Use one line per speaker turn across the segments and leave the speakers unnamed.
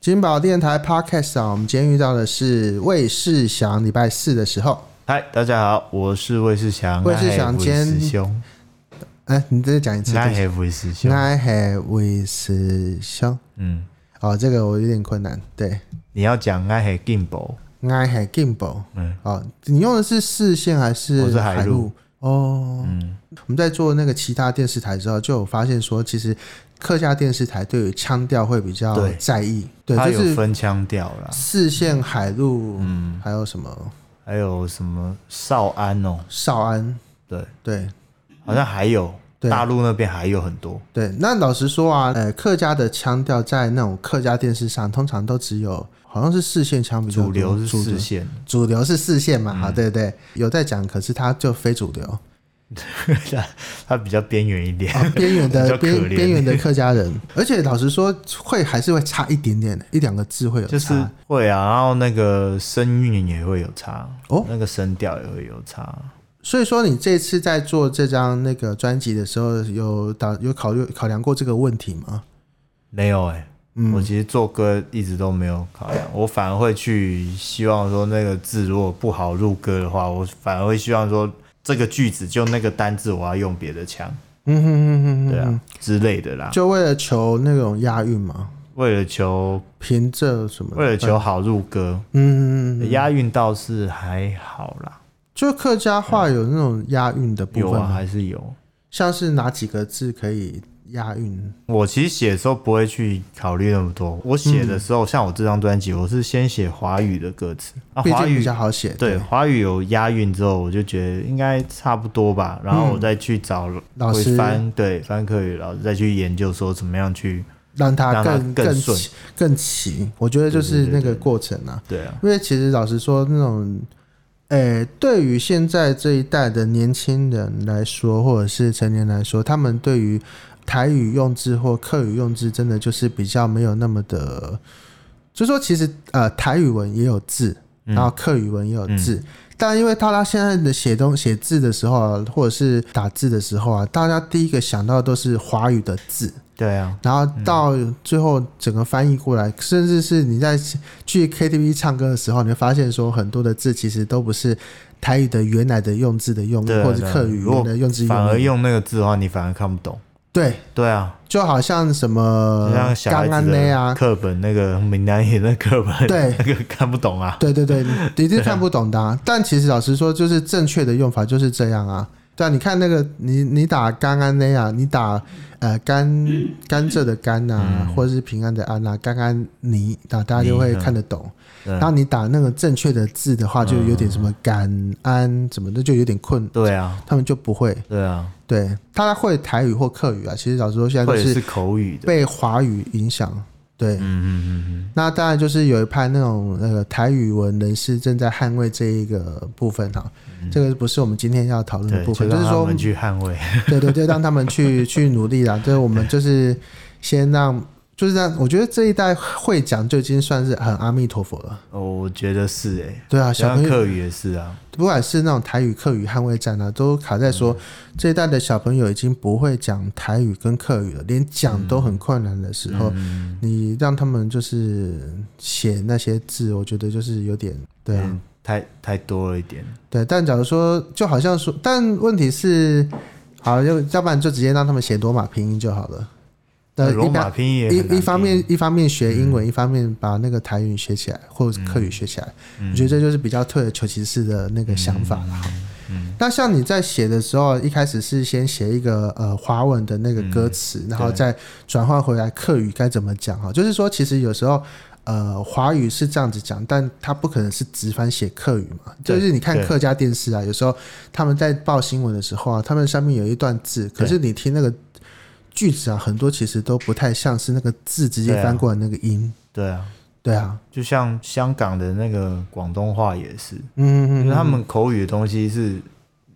金宝电台 Podcast 啊，我们今天遇到的是魏世祥，礼拜四的时候，
嗨，大家好，我是魏世强，
魏世强
我是
今天
师兄，
哎、你再讲一次。
那还魏师兄，
奈海魏世祥，
嗯，
哦，这个我有点困难。对，
你要讲那还 Gimbo，
奈海 Gimbal，
嗯，
哦，你用的是视线还是
我是海陆
陆？哦，
嗯，
我们在做那个其他电视台之后，就有发现说，其实客家电视台对于腔调会比较
对
在意，对，
他
就
有
是
分腔调啦，
视线海陆，
嗯，
还有什么
还有什么少安哦，
少安，
对，
对
好像还有
对
大陆那边还有很多，
对。那老实说啊，呃，客家的腔调在那种客家电视上，通常都只有好像是视线腔比较多
主流是
主
四线，嗯
主流是视线嘛，好，对对对，有在讲，可是它就非主流，
它比较边缘一点，
啊边缘
比
的
较可
边
怜
边缘的客家人，而且老实说，会还是会差一点点，一两个字会有差，
就是会啊，然后那个声韵也会有差，
哦
那个声调也会有差，
所以说，你这次在做这张那个专辑的时候，有打有考虑考量过这个问题吗？
没有哎、我
嗯，
其实做歌一直都没有考量，我反而会去希望说那个字如果不好入歌的话，我反而会希望说这个句子就那个单字我要用别的腔，
嗯哼哼哼哼，
对啊、之类的啦。
就为了求那种押韵嘛，
为了求
凭这什么？
为了求，好入歌，
嗯嗯嗯嗯，
押韵倒是还好啦，
就客家话有那种押韵的部
有
分
啊
吗？
还是有。
像是哪几个字可以押韵？
我其实写的时候不会去考虑那么多，我写的
嗯
时候、像我这张专辑，我是先写华语的歌词啊，
毕
华
竟
语
比较好写。
对，华语有押韵之后，我就觉得应该差不多吧。然后我再去找
嗯老
会
师
翻对翻课语老师，再去研究说怎么样去
让它
让它
更
更顺
齐更齐，我觉得就是
对对对
那个
对
过程啊。
对啊，
因为其实老实说，那种，诶、对于现在这一代的年轻人来说，或者是成年来说，他们对于台语用字或客语用字，真的就是比较没有那么的，就说其实呃，台语文也有字，
嗯
然后客语文也有字。但因为大家现在的写东写字的时候啊，或者是打字的时候啊，大家第一个想到的都是华语的字，
对啊，
然后到最后整个翻译过来，甚至是你在去 KTV 唱歌的时候，你会发现说很多的字其实都不是台语的原来的用字的用意，
对啊
或者是
对啊
客语
如果
原来的用字
反而
用意。
用那个字的话，你反而看不懂。
对，
对啊，
就好像什么
就像小孩
刚刚
子
那
的
样，啊
课本那个闽南语的课本，
对
那个看不懂啊。
对对对，你一定看不懂的、啊。但其实老实说，就是正确的用法就是这样啊。对啊，你看那个你你打刚刚那样，你打呃甘甘蔗的甘啊，或者是平安的安啊，刚刚你打大家就会
泥嗯
看得懂。
嗯
然后你打那个正确的字的话，就有点什么感恩什么的，就有点困，
对啊，
他们就不会。
对啊，
对，大家会台语或客语啊，其实老实说，现在
或
都
者
是
是口语的，
被华语影响。对，
嗯嗯嗯
那当然就是有一派那种那个台语文人士正在捍卫这一个部分哈、这个不是我们今天要讨
嗯，
论的
对，
部分，
就
就是
让他
说
们去捍卫。
对对对，让他们 去去努力啦。就是我们就是先让，就是让我觉得这一代会讲就已经算是很阿弥陀佛了。
哦，我觉得是哎，
对啊，小
像
朋友
课语也是啊，
不管是那种台语、客语捍卫战啊，都卡在
嗯
说、这一代的小朋友已经不会讲台语跟客语了，连讲都很困难的时候，
嗯，
你让他们就是写那些字，我觉得就是有点对啊。
嗯，太太多了一点。
对，但假如说，就好像说，但问题是，好，要要不然就直接让他们写罗马拼音就好了。但
哎罗
一
马
般
拼音也很难
一
拼嗯
一方面一方面学英文，一方面把那个台语学起来，或者客语学起来，我觉得这就是比较退而求其次的
嗯
那个想法了。那像你在写的时候，一开始是先写一个呃华文的那个歌词，
嗯
然后再转换回来客语该怎么讲哈？就是说，其实有时候呃华语是这样子讲，但它不可能是直翻写客语嘛。就
对
是你看
对
客家电视啊，有时候他们在报新闻的时候啊，他们上面有一段字，可是你听那个句子啊，很多其实都不太像是那个字直接
对啊
翻过来那个音。
对啊，
对啊，
就像香港的那个广东话也是，
嗯
就
嗯嗯，
是他们口语的东西是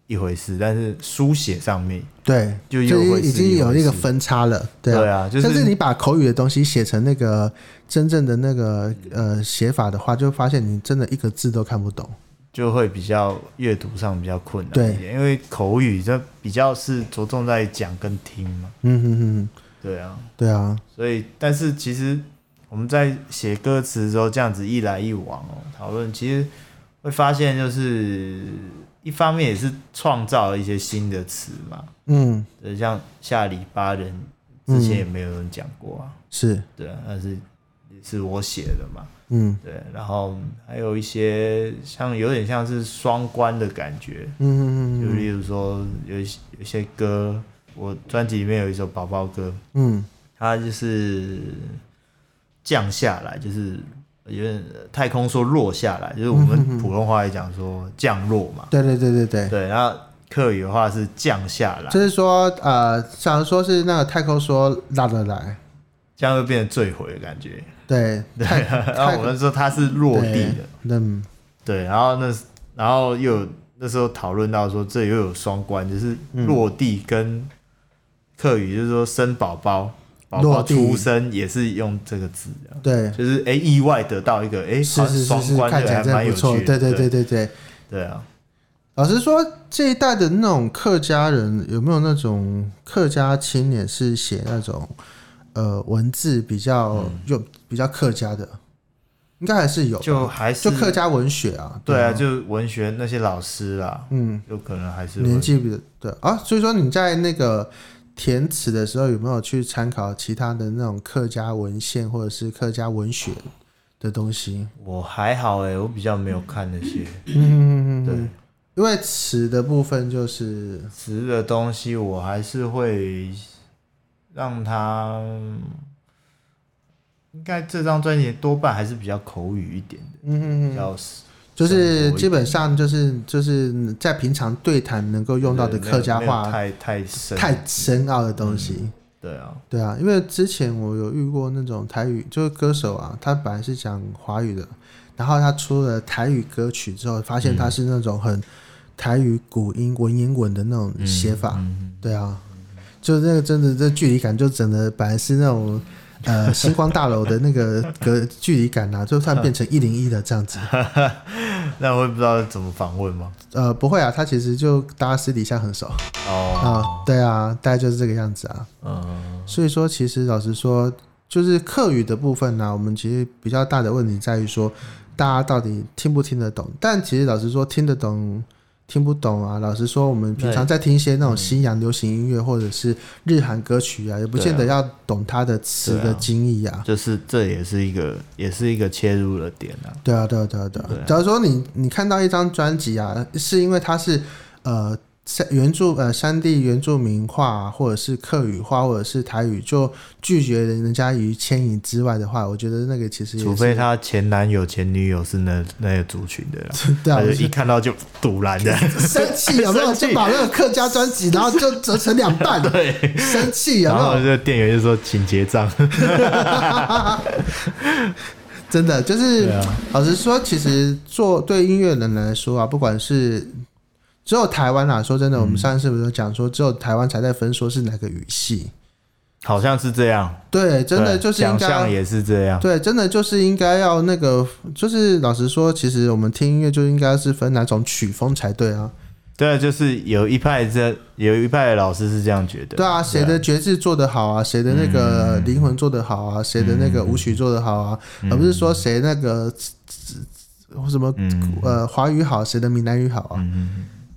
一回事，但是书写上面
对，
就又
就
会
已
是
经
一
有
回
那个
事
分叉了。对啊。
对啊，就
但是
是
你把口语的东西写成那个真正的那个
嗯
呃写法的话，就发现你真的一个字都看不懂。
就会比较阅读上比较困难
对
一点，因为口语这比较是着重在讲跟听嘛，
嗯哼哼，
对啊，
对啊，
所以但是其实我们在写歌词的时候，这样子一来一往哦讨论，其实会发现就是一方面也是创造了一些新的词嘛，
嗯，
呃，像下里巴人之前也没有人讲过啊，
是，
对啊，但是也是我写的嘛，
嗯
对，然后还有一些像有点像是双关的感觉，就
嗯嗯
例如说有一些有一些歌，我专辑里面有一首宝宝歌，
嗯
它就是降下来，就是有点太空说落下来，就是我们普通话也讲说降落嘛
嗯，，对对对对对，
对，然后客语的话是降下来
就，是说呃，假如说是那个太空说拉得来，
这样会变成坠毁的感觉。
对，
对， 然后我们说它是落地的，
对，嗯
对，然后那然后又有那时候讨论到说这又有双关，就是落地跟客语，就是说生宝宝，宝宝
落地
出生也是用这个字的。
对，
就是哎、意外得到一个哎、
是
好像
是是
双
是，
关
看
的
起来
还
真的
蛮有
不错，
趣的，
对对对对对。
对啊，
老实说，这一代的那种客家人有没有那种客家青年是写那种呃文字比较有、比较客家的？应该还是有吧，
就还是
就客家文学啊。
对啊，
吧，
就文学那些老师啦，
嗯，
有可能还是会
年纪比对啊，所以说你在那个填词的时候有没有去参考其他的那种客家文献或者是客家文学的东西？
我还好哎、我比较没有看那些
嗯，
对，
因为词的部分就是
词的东西，我还是会让他。应该这张专辑多半还是比较口语一点的，
嗯哼哼
比较
就是基本上就是就是在平常对谈能够用到的
对没有
客家
没有
话，
太太深
太深奥的东西。
对啊，
对啊，因为之前我有遇过那种台语，就是歌手啊，他本来是讲华语的，然后他出了台语歌曲之后，发现他是那种很台语古音文言文的那种写法。
嗯
对啊，就那个真的这距离感就整的本来是那种呃星光大楼的那个隔距离感啊，就突然变成一零一的这样子。
嗯那我也不知道怎么访问吗？
呃，不会啊，他其实就大家私底下很熟啊
哦，，
对啊，大概就是这个样子啊。
嗯，
所以说，其实老实说，就是客语的部分呢、我们其实比较大的问题在于说，大家到底听不听得懂？但其实老实说，听得懂。听不懂啊！老实说，我们平常在听一些那种
嗯
西洋流行音乐或者是日韩歌曲啊，也不见得要懂它的词
对
的
啊
精义啊。
就是这也是一个也是一个切入的点啊。
对啊，对啊，对啊，对啊
对啊。
假如说你你看到一张专辑啊，是因为它是呃山原住呃山地原住民话、或者是客语话，或者是台语，就拒绝人家于牵引之外的话，我觉得那个其实也是
除非她前男友、前女友是那那个族群的啦，
对啊
她，就
我就
一看到就堵然 的，
生气有没有？
生气
就把那个客家专辑，然后就折成两半，
对，
生气有
然
没
后
有？
这个店员就说请结账，
真的就是、
对啊
老实说，其实做对音乐人来说啊，不管是只有台湾啦，说真的，我们上一次不是有讲说，只有台湾才在分说是哪个语系。
好像是这样，
对，真的
对
就是应
奖项
该
也是这样，
对，真的就是应该要那个，就是老实说，其实我们听音乐就应该是分哪种曲风才对啊。
对，就是有一派这有一派的老师是这样觉得，
对啊，谁的爵士做得好啊，谁的那个
嗯
灵魂做得好啊，谁的那个舞曲做得好啊，而不是说谁那个什么
嗯
呃华语好，谁的闽南语好啊。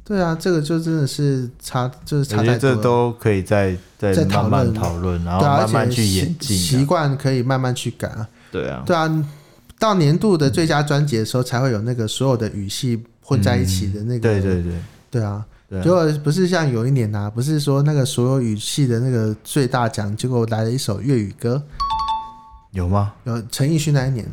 对啊，这个就真的是差，就是
我
差
觉
太
得
多
这
了。
都可以再再
再讨
慢
论
慢讨论，然后
对啊，而
慢慢
且
去演
习习
进啊，
惯可以慢慢去改啊。
对啊，
对啊，到年度的最佳专辑的时候，才会有那个所有的语系混在一起的那个。
嗯对对对
对啊，
对啊
结果不是像有一年啊，不是说那个所有语系的那个最大奖，结果来了一首粤语歌，
有吗？
有陈奕迅那一年。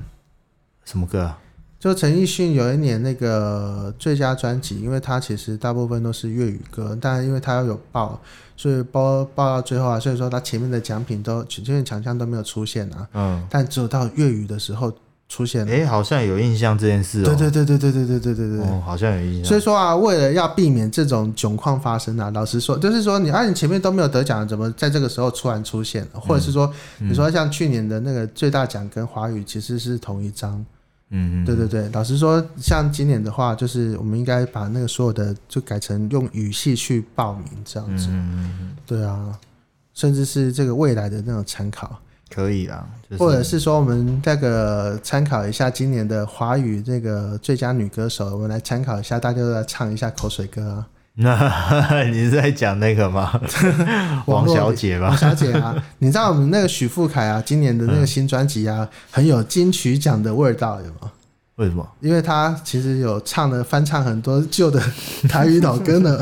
什么歌啊？
就陈奕迅有一年那个最佳专辑，因为他其实大部分都是粤语歌，但因为他要有报，所以报报到最后啊，所以说他前面的奖品都前面奖项都没有出现啊，
嗯，
但只有到粤语的时候出现了。
哎，好像有印象这件事哦，
嗯对对对对对对对对对对。
哦，好像有印
所
象
以，说啊，为了要避免这种窘况发生啊，老实说，就是说你啊，你前面都没有得奖，怎么在这个时候突然出现
嗯
了？或者是说，你说像去年的那个最大奖跟华语其实是同一张，
嗯嗯，
对对对。老实说，像今年的话，就是我们应该把那个所有的就改成用语系去报名这样子，
嗯嗯嗯嗯
对啊，甚至是这个未来的那种参考。
可以啦，就是、
或者是说我们那个参考一下今年的华语这个最佳女歌手，我们来参考一下，大家都来唱一下口水歌啊。
那 你是在讲那 个吗？王小姐吧
王，小姐啊， 你知道我们那个许富凯啊，今年的那个新专辑啊，很有金曲奖的味道，有吗？
为什么？
因为他其实有唱的翻唱很多旧的台语老歌呢。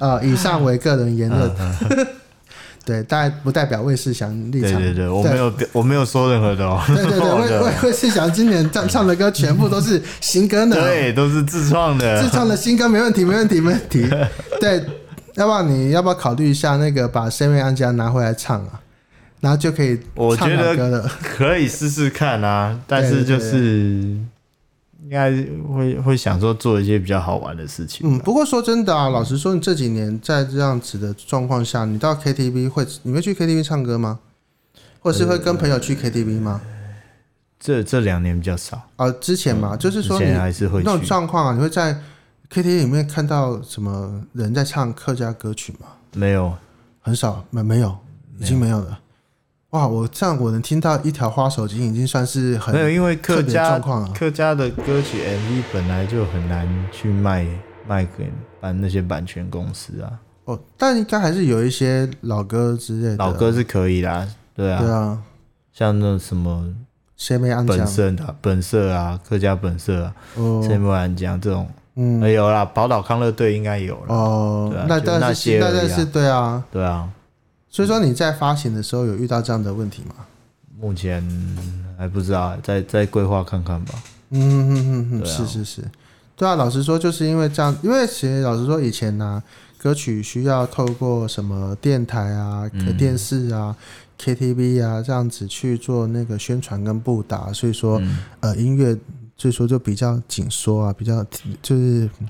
啊，以上为个人言论， 对，但不代表魏世祥立
对
场。
对对，我没有我没有说任何的哦，
对 对对，魏魏魏世祥今年唱唱的歌全部都是新歌呢。
对，都是自 创
自
的，
创的新歌没问题，没问题，没问 题。对，要不然你要不要考虑一下那个把《生命安家》拿回来唱啊？然后就可以
我
唱
觉
老
得
歌了。
可以试试看啊，但是就是应该会会想说做一些比较好玩的事情。
嗯，不过说真的啊，老实说，你这几年在这样子的状况下，你到 KTV 会，你会去 KTV 唱歌吗？或者是会跟朋友
呃
去 KTV 吗？
这这两年比较少，
啊，之前嘛，就是
呃之
说你
前还是会
那种
去，
状况啊，你会在 KTV 里面看到什么人在唱客家歌曲吗？
没有
很少，没没有，已经没有了。哇，我这样我能听到一条花手巾，已经算是很
没有，因为客
特别的
家
状况了。
客家的歌曲 MV 本来就很难去卖卖给版那些版权公司啊，
哦，但应该还是有一些老歌之类的。啊
老歌是可以啦，对
对
啊，
啊，
像那什么
谁没安
本
讲？
色的本色啊，客家本色啊，
哦，
谁不然讲这种，
嗯，
没有啦，宝岛康乐队应该有了，
哦
哎对啊，
那
就
但是
那些
那
而已
但
啊
是对啊，
对啊，
所以说你在发行的时候有遇到这样的问题吗？
目前还不知道，再再规划看看吧。
嗯嗯嗯嗯，
对啊
是是是，对啊，老实说，就是因为这样，因为其实老实说，以前呢、歌曲需要透过什么电台啊、
嗯
电视啊、KTV 啊这样子去做那个宣传跟布达，所以说、
嗯
呃音乐，所以说就比较紧缩啊，比较就是。嗯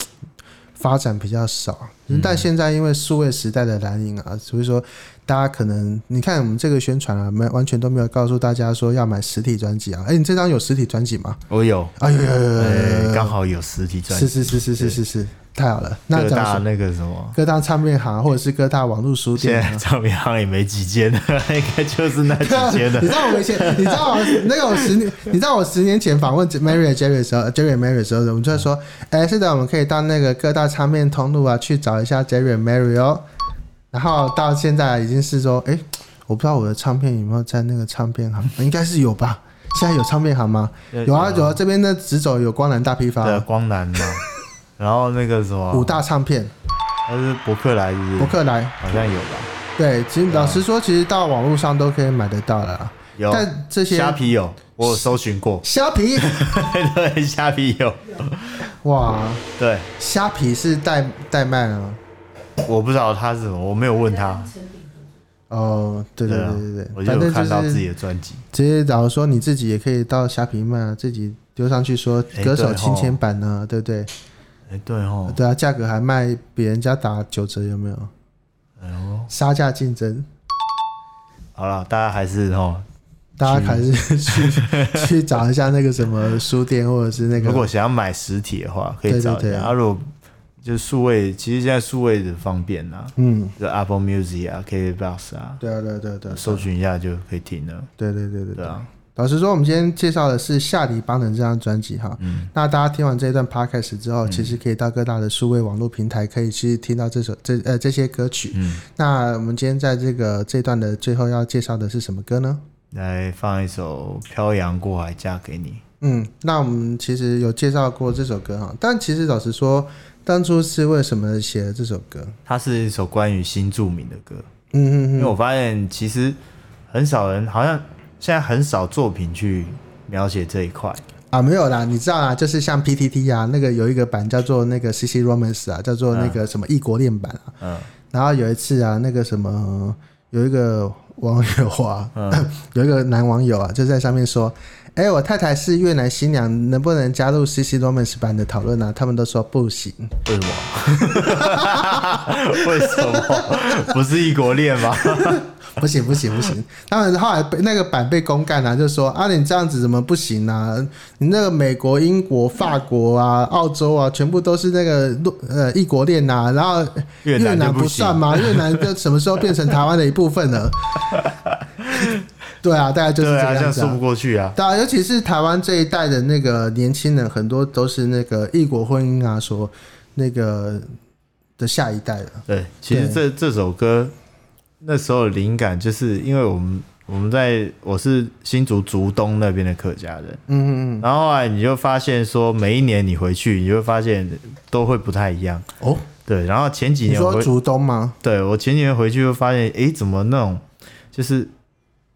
发展比较少，
嗯
但现在因为数位时代的来临啊，所以说大家可能你看我们这个宣传啊，没完全都没有告诉大家说要买实体专辑啊。哎、你这张有实体专辑吗？
我哦有，
哎呦呦呦呦呦
呃，
呦！
刚好有实体专
是
辑，
是是是是是是，太好了。那
各
这样
大
说，
那个什么，
各大唱片行或者是各大网络书
现
店
在
啊。
唱片行也没几间了， 应该就是那几间
你
的。
知道我以前，你知道我那个我十年，你知道我十年前访问 Mary 和 Jerry 的时候，Jerry 和 Mary 的时候，我们就会说，哎、是的，我们可以到那个各大唱片通路啊去找一下 Jerry 和 Mary 哦。然后到现在已经是说，哎、我不知道我的唱片有没有在那个唱片行， 应该是有吧？现在有唱片行吗？有啊有啊，这边的直走有光南大批
呃对，啊
发、
光南嘛，然后那个什
五
么，
啊大唱片、
还是伯克莱是不是
博客来。
好像有吧？
对，其实老实说，其实到网络上都可以买得到了啦。
啊有，
但这些，
虾皮有，我有搜寻过
虾皮，
对，虾皮有，
哇，
对，
虾皮是代代卖啊。
我不知道他是什么，我没有问他。
哦，对对
啊
对对
我
对，
就
反正
有
就
看到
是
自己的专辑，
其实假如说你自己也可以到虾皮卖啊，自己丢上去说
哎
歌手
对
亲
吼
签版呢、对不对？
哎，对哦，
对啊，价格还卖比人家打九折，有没有？
哎呦，
杀价竞争，
好了，大家还是哦，
大家还是 去去找一下那个什么书店，或者是那个
如果想要买实体的话，可
嗯对
以
对
找一
对
下。啊，如果就是数位，其实现在数位的方便啊，
嗯，
就 Apple Music 啊、KKBox 啊，
对啊对啊对啊对啊，
搜寻一下就可以听了。
对对对对
对
对。
啊，
老实说，我们今天介绍的是夏里邦的这张专辑哈。那大家听完这一段 podcast 之后，其实可以到各大的数位网络平台可以去听到这首这呃这些歌曲。
嗯
那我们今天在这个这段的最后要介绍的是什么歌呢？
来放一首《漂洋过海嫁给你》。
嗯，那我们其实有介绍过这首歌哈，但其实老实说，当初是为什么写了这首歌？
它是一首关于新著名的歌，因
嗯嗯
为
嗯，
我发现其实很少人，好像现在很少作品去描写这一块。
啊没有啦，你知道啦，就是像 PTT 啊，那个有一个版叫做那个 CC Romance 啊，叫做那个什么异国恋版啊，
嗯
然后有一次啊，那个什么，有一个网友啊， 有一个男网友啊，就在上面说：“哎、我太太是越南新娘，能不能加入 CC Romance 版的讨论啊？”他们都说不行。
为什 么？为什么？不是异国恋吗？
不行不行不行。 他们后来被那个版被公干了、就说啊，你这样子怎么不行啊？你那个美国、英国、法国啊、澳洲啊，全部都是那个陆呃异国恋呐、然后
越南
南
就
不
不行
算吗？越南就什么时候变成台湾的一部分 了？对啊，大概 就是这
对
个
啊，这
样
样
子、
说不过去啊。
对啊，尤其是台湾这一代的那个年轻人，很多都是那个异国婚姻啊，所那个的下一代了。
对，其实这这首歌那时候的灵感就是因为我们我们在我是新竹竹东那边的客家人，
嗯嗯
然后后来你就发现说每一年你回去，你就会发现都会不太一样。
嗯，哦，
对，然后前几
你
年我
说
回，
竹东吗？
对我前几年回去就发现，诶，怎么那种就是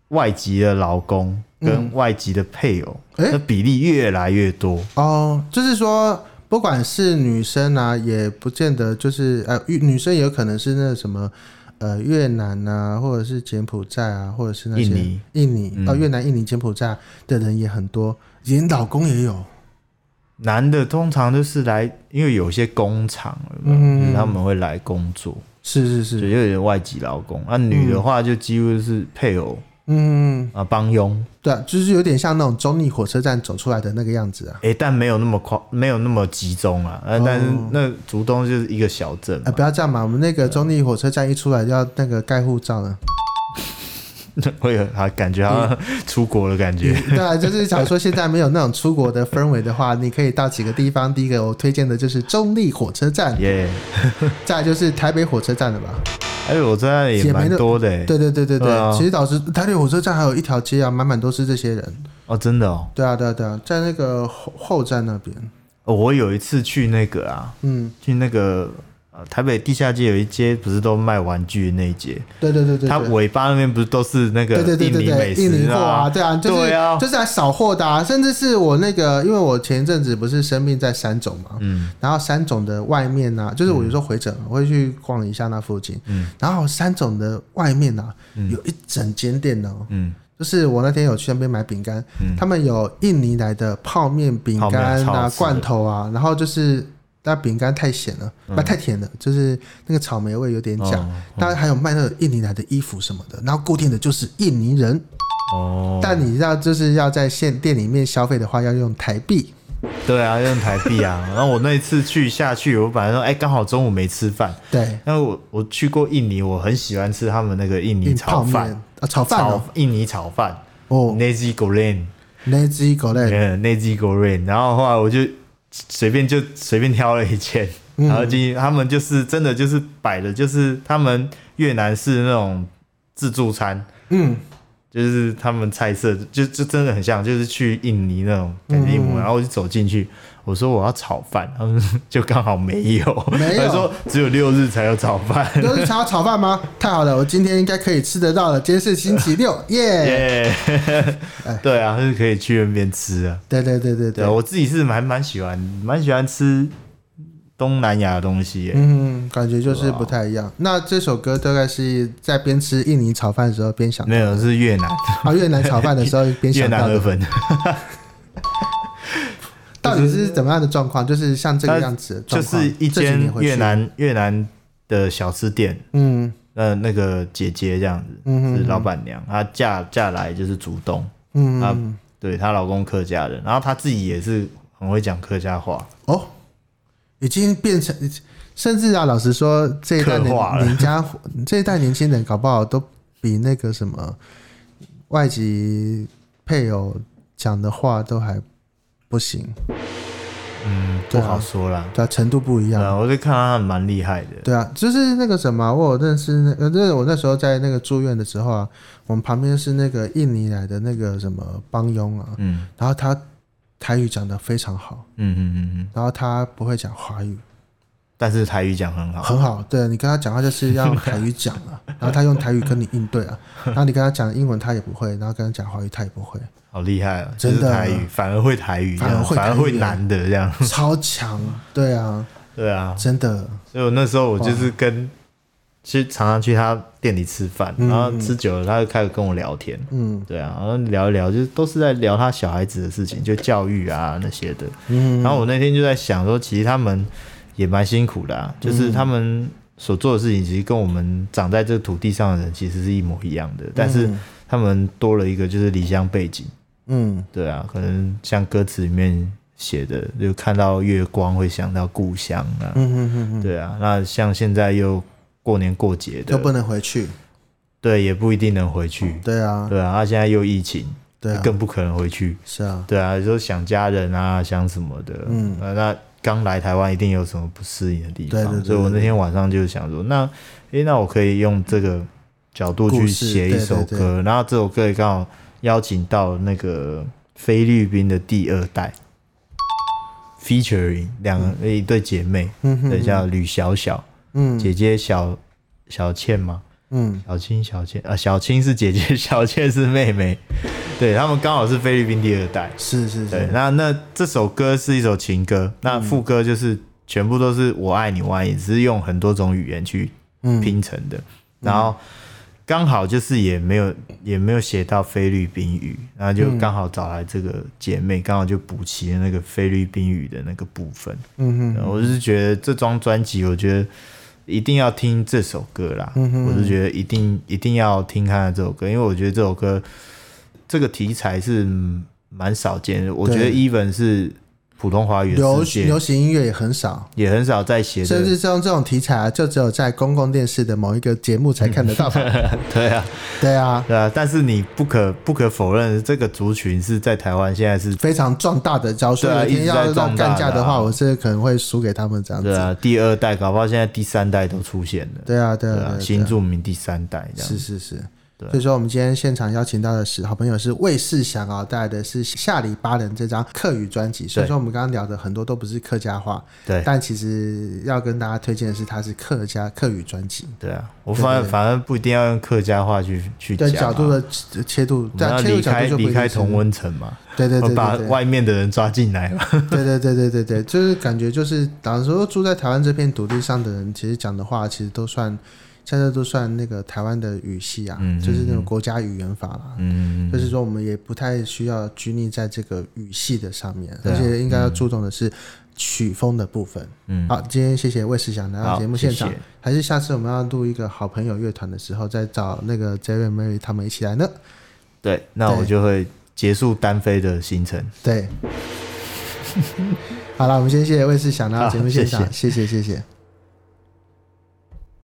外籍的老公跟外籍的配偶，
嗯诶
那比例越来越多。
哦，就是说，不管是女生啊，也不见得就是呃，女女生也有可能是那什么。呃，越南啊，或者是柬埔寨啊，或者是那些
印尼、
印尼
嗯
哦，越南、印尼、柬埔寨的人也很多，连老公也有。
男的通常都是来，因为有些工厂，
嗯
嗯，他们会来工作，
是是，
就是有点外籍劳工。那、女的话就几乎是配偶
嗯，
啊帮佣，
对啊，就是有点像那种中立火车站走出来的那个样子啊。
诶，但没有那么夸，没有那么集中啊。呃
哦
但是那竹东就是一个小镇
啊，
嘛，
不要这样嘛！我们那个中立火车站一出来就要那个盖护照了。
会有啊，感觉好像
嗯
出国的感觉。
对啊，就是想说现在没有那种出国的氛围的话，你可以到几个地方。第一个我推荐的就是中立火车 站，
耶！
再来就是台北火车站了吧？
哎，我在那里也蛮多的、欸，
对对对对对，
对啊
其实导致台北火车站还有一条街啊，满满都是这些人。
哦，真的哦
对啊对啊对啊，在那个后后站那边，
哦我有一次去那个啊，
嗯，
去那个呃台北地下街有一街，不是都卖玩具的那一街，
对对对对
它
对。
尾巴那边不是都是那个
对对对
印
对
尼
对，
美
印尼
食
货啊，对啊，就是
对啊
就是来扫货的、啊，甚至是我那个，因为我前一阵子不是生病在三种嘛，
嗯，
然后三种的外面呢、啊，就是我有时候回诊我会去逛一下那附近，
嗯
然后三种的外面呢、啊有一整间店哦，
嗯，
就是我那天有去那边买饼干，
嗯
他们有印尼来的泡面、饼
泡面
干
超好
啊、
吃的
罐头啊，然后就是那饼干太咸了，
嗯
不、太甜了，就是那个草莓味有点假
哦。
当然还有卖那个印尼来的衣服什么的，然后固定的就是印尼
嗯
人，
哦，
但你要就是要在现店里面消费的话，要用台币。
对啊，用台币啊。然后我那一次去下去，我本来说，哎、刚好中午没吃饭，
对，
因为我我去过印尼，我很喜欢吃他们那个印尼
印
炒
泡面
饭，
啊，炒饭
炒
哦，
印尼炒饭
哦，哎
，Nasi Goreng。
那只狗类，
嗯，内基国瑞，然后后来我就随便就随便挑了一件，
嗯
然后进去，他们就是真的就是摆的，就是他们越南是那种自助餐，
嗯，
就是他们菜色就就真的很像，就是去印尼那种感
嗯
觉一模一样。然后我就走进去，我说我要炒饭，他们 就刚好没有，
没有
他说只有六日才有炒饭。
都是想要炒饭吗？太好了，我今天应该可以吃得到了。今天是星期六，耶！
耶、 对啊，就是可以去那边吃啊。
对对对对
对
哎对
啊，，我自己是蛮蛮喜欢，蛮喜欢吃东南亚的东西耶。
嗯，感觉就是不太一样。那这首歌大概是在边吃印尼炒饭的时候边想
没有是越南，
啊，越南炒饭的时候边 嗯
越
想
南
到
河
的，
粉，
到底是怎么样的状况？就是像这个样子的
就
状况，
是一
这几
间
年回去
越，南越南的小吃店。
嗯
呃，那个姐姐这样子，
嗯哼
是老板娘，她嫁嫁来就是竹东，
嗯
她、对她老公客家人，然后她自己也是很会讲客家话，
哦，已经变成，甚至啊，老实说，这一代
刻画了
年年家这一代年轻人搞不好都比那个什么外籍配偶讲的话都还不行，
嗯，不
对啊
好说啦。
对啊，程度不一
对
样。
啊，我就看她蛮厉害的，
对啊，就是那个什么，我有认识那呃，那我那时候在那个住院的时候啊，我们旁边是那个印尼来的那个什么帮佣啊，
嗯
然后他台语讲的非常好，
嗯嗯嗯嗯，
然后他不会讲华语，
但是台语讲很好，
很好，对你跟他讲话就是要用台语讲 啊，然后他用台语跟你应对啊，然后你跟他讲英文他也不会，然后跟他讲华语他也不 会，
好厉害啊！
真的
就是台语，反而会台语，这样
反而会台语啊
反而会难的这样。
超强，对啊，
对啊，
真的，
所以我那时候我就是跟，其实常常去他店里吃饭，
嗯
然后吃久了他就开始跟我聊天。
嗯
对啊，然后聊一聊，就是都是在聊他小孩子的事情，就教育啊那些的。
嗯嗯
然后我那天就在想说，其实他们也蛮辛苦的、啊，就是他们所做的事情，其实跟我们长在这个土地上的人其实是一模一样的，但是他们多了一个就是离乡背景。
嗯，
对啊，可能像歌词里面写的，就看到月光会想到故乡啊。
嗯嗯嗯嗯，
对啊，那像现在又过年过节
又不
的，
能回去，
对，也不一定能回去。
对啊，
对啊，那、现在又疫情，
对啊，
更不可能回去。
是啊，
对啊，就想家人啊，想什么的。
嗯
嗯，那刚来台湾一定有什么不适应的地方，
对对对
所以我那天晚上就想说，那诶、那我可以用这个角度去
故事
写一首歌，
对对
然后这首歌也刚好邀请到那个菲律宾的第二代。featuring 两个、一对姐妹，
嗯哼
对，叫吕小小、
嗯
姐姐小小倩嘛，
嗯
小青小倩啊，小青是姐 姐，小倩是妹妹，对他们刚好是菲律宾第二代，
是是嗯
对，
是，
那那这首歌是一首情歌，那副歌就是全部都是我爱你，我爱你，只是用很多种语言去
嗯
拼成的。然后刚好就是也没有也没有写到菲律宾语，然后
嗯
就刚好找来这个姐妹，刚好就补齐了那个菲律宾语的那个部分。
嗯
然后我是觉得这张专辑，我觉得一定要听这首歌啦。
嗯
我是觉得一定一定要听看看这首歌，因为我觉得这首歌这个题材是嗯蛮少见的。我觉得 even 是普通华语
哼，
的
流
世界
流行音乐也很少，
也很少在写
甚
的。
至这种这种题材啊，就只有在公共电视的某一个节目才看得到吧。
对啊，
对啊，
对啊。但是你不可不可否认，这个族群是在台湾现在是
非常壮大的招数。
对啊
有一天要
一
让
直在壮大
干架的
的
话，
啊
我是可能会输给他们这样
对
子。
啊第二代，搞不好现在第三代都出现了。
对啊，对啊，
对
对啊
啊，
对啊
新著名第三代这样。
是是是。
对啊
所以说，我们今天现场邀请到的是好朋友是魏世祥啊，带来的是《下里巴人》这张客语专辑。所以说，我们刚刚聊的很多都不是客家话，
对
但其实要跟大家推荐的是，它是客家客语专辑。
对啊，我
对
反
对
反正不一定要用客家话去去讲
对
啊。
角度的切切入，
我
对
们
啊
要
切入
离
角
开
度就不一
离
定
开
是
同温层嘛，
对对对对
把
对
外面的人抓进来嘛。
对对对对对对，就是感觉就是，老实说，住在台湾这片土地上的人，其实讲的话，其实都算现在都算那个台湾的语系啊，
嗯
就是那种国家语言法啦。
嗯，
就是说，我们也不太需要拘泥在这个语系的上面，
对
而
啊
且应该要注重的是曲风的部分。
嗯
好，今天谢谢魏世祥来到
好
节目现
谢
场，
谢
还是下次我们要录一个好朋友乐团的时候，再找那个 Jerry Mary 他们一起来呢？
对，那我
对
就会结束单飞的行程。
对。好了，我们先谢谢魏世祥来到
好
节目现
谢谢
场，谢谢谢谢。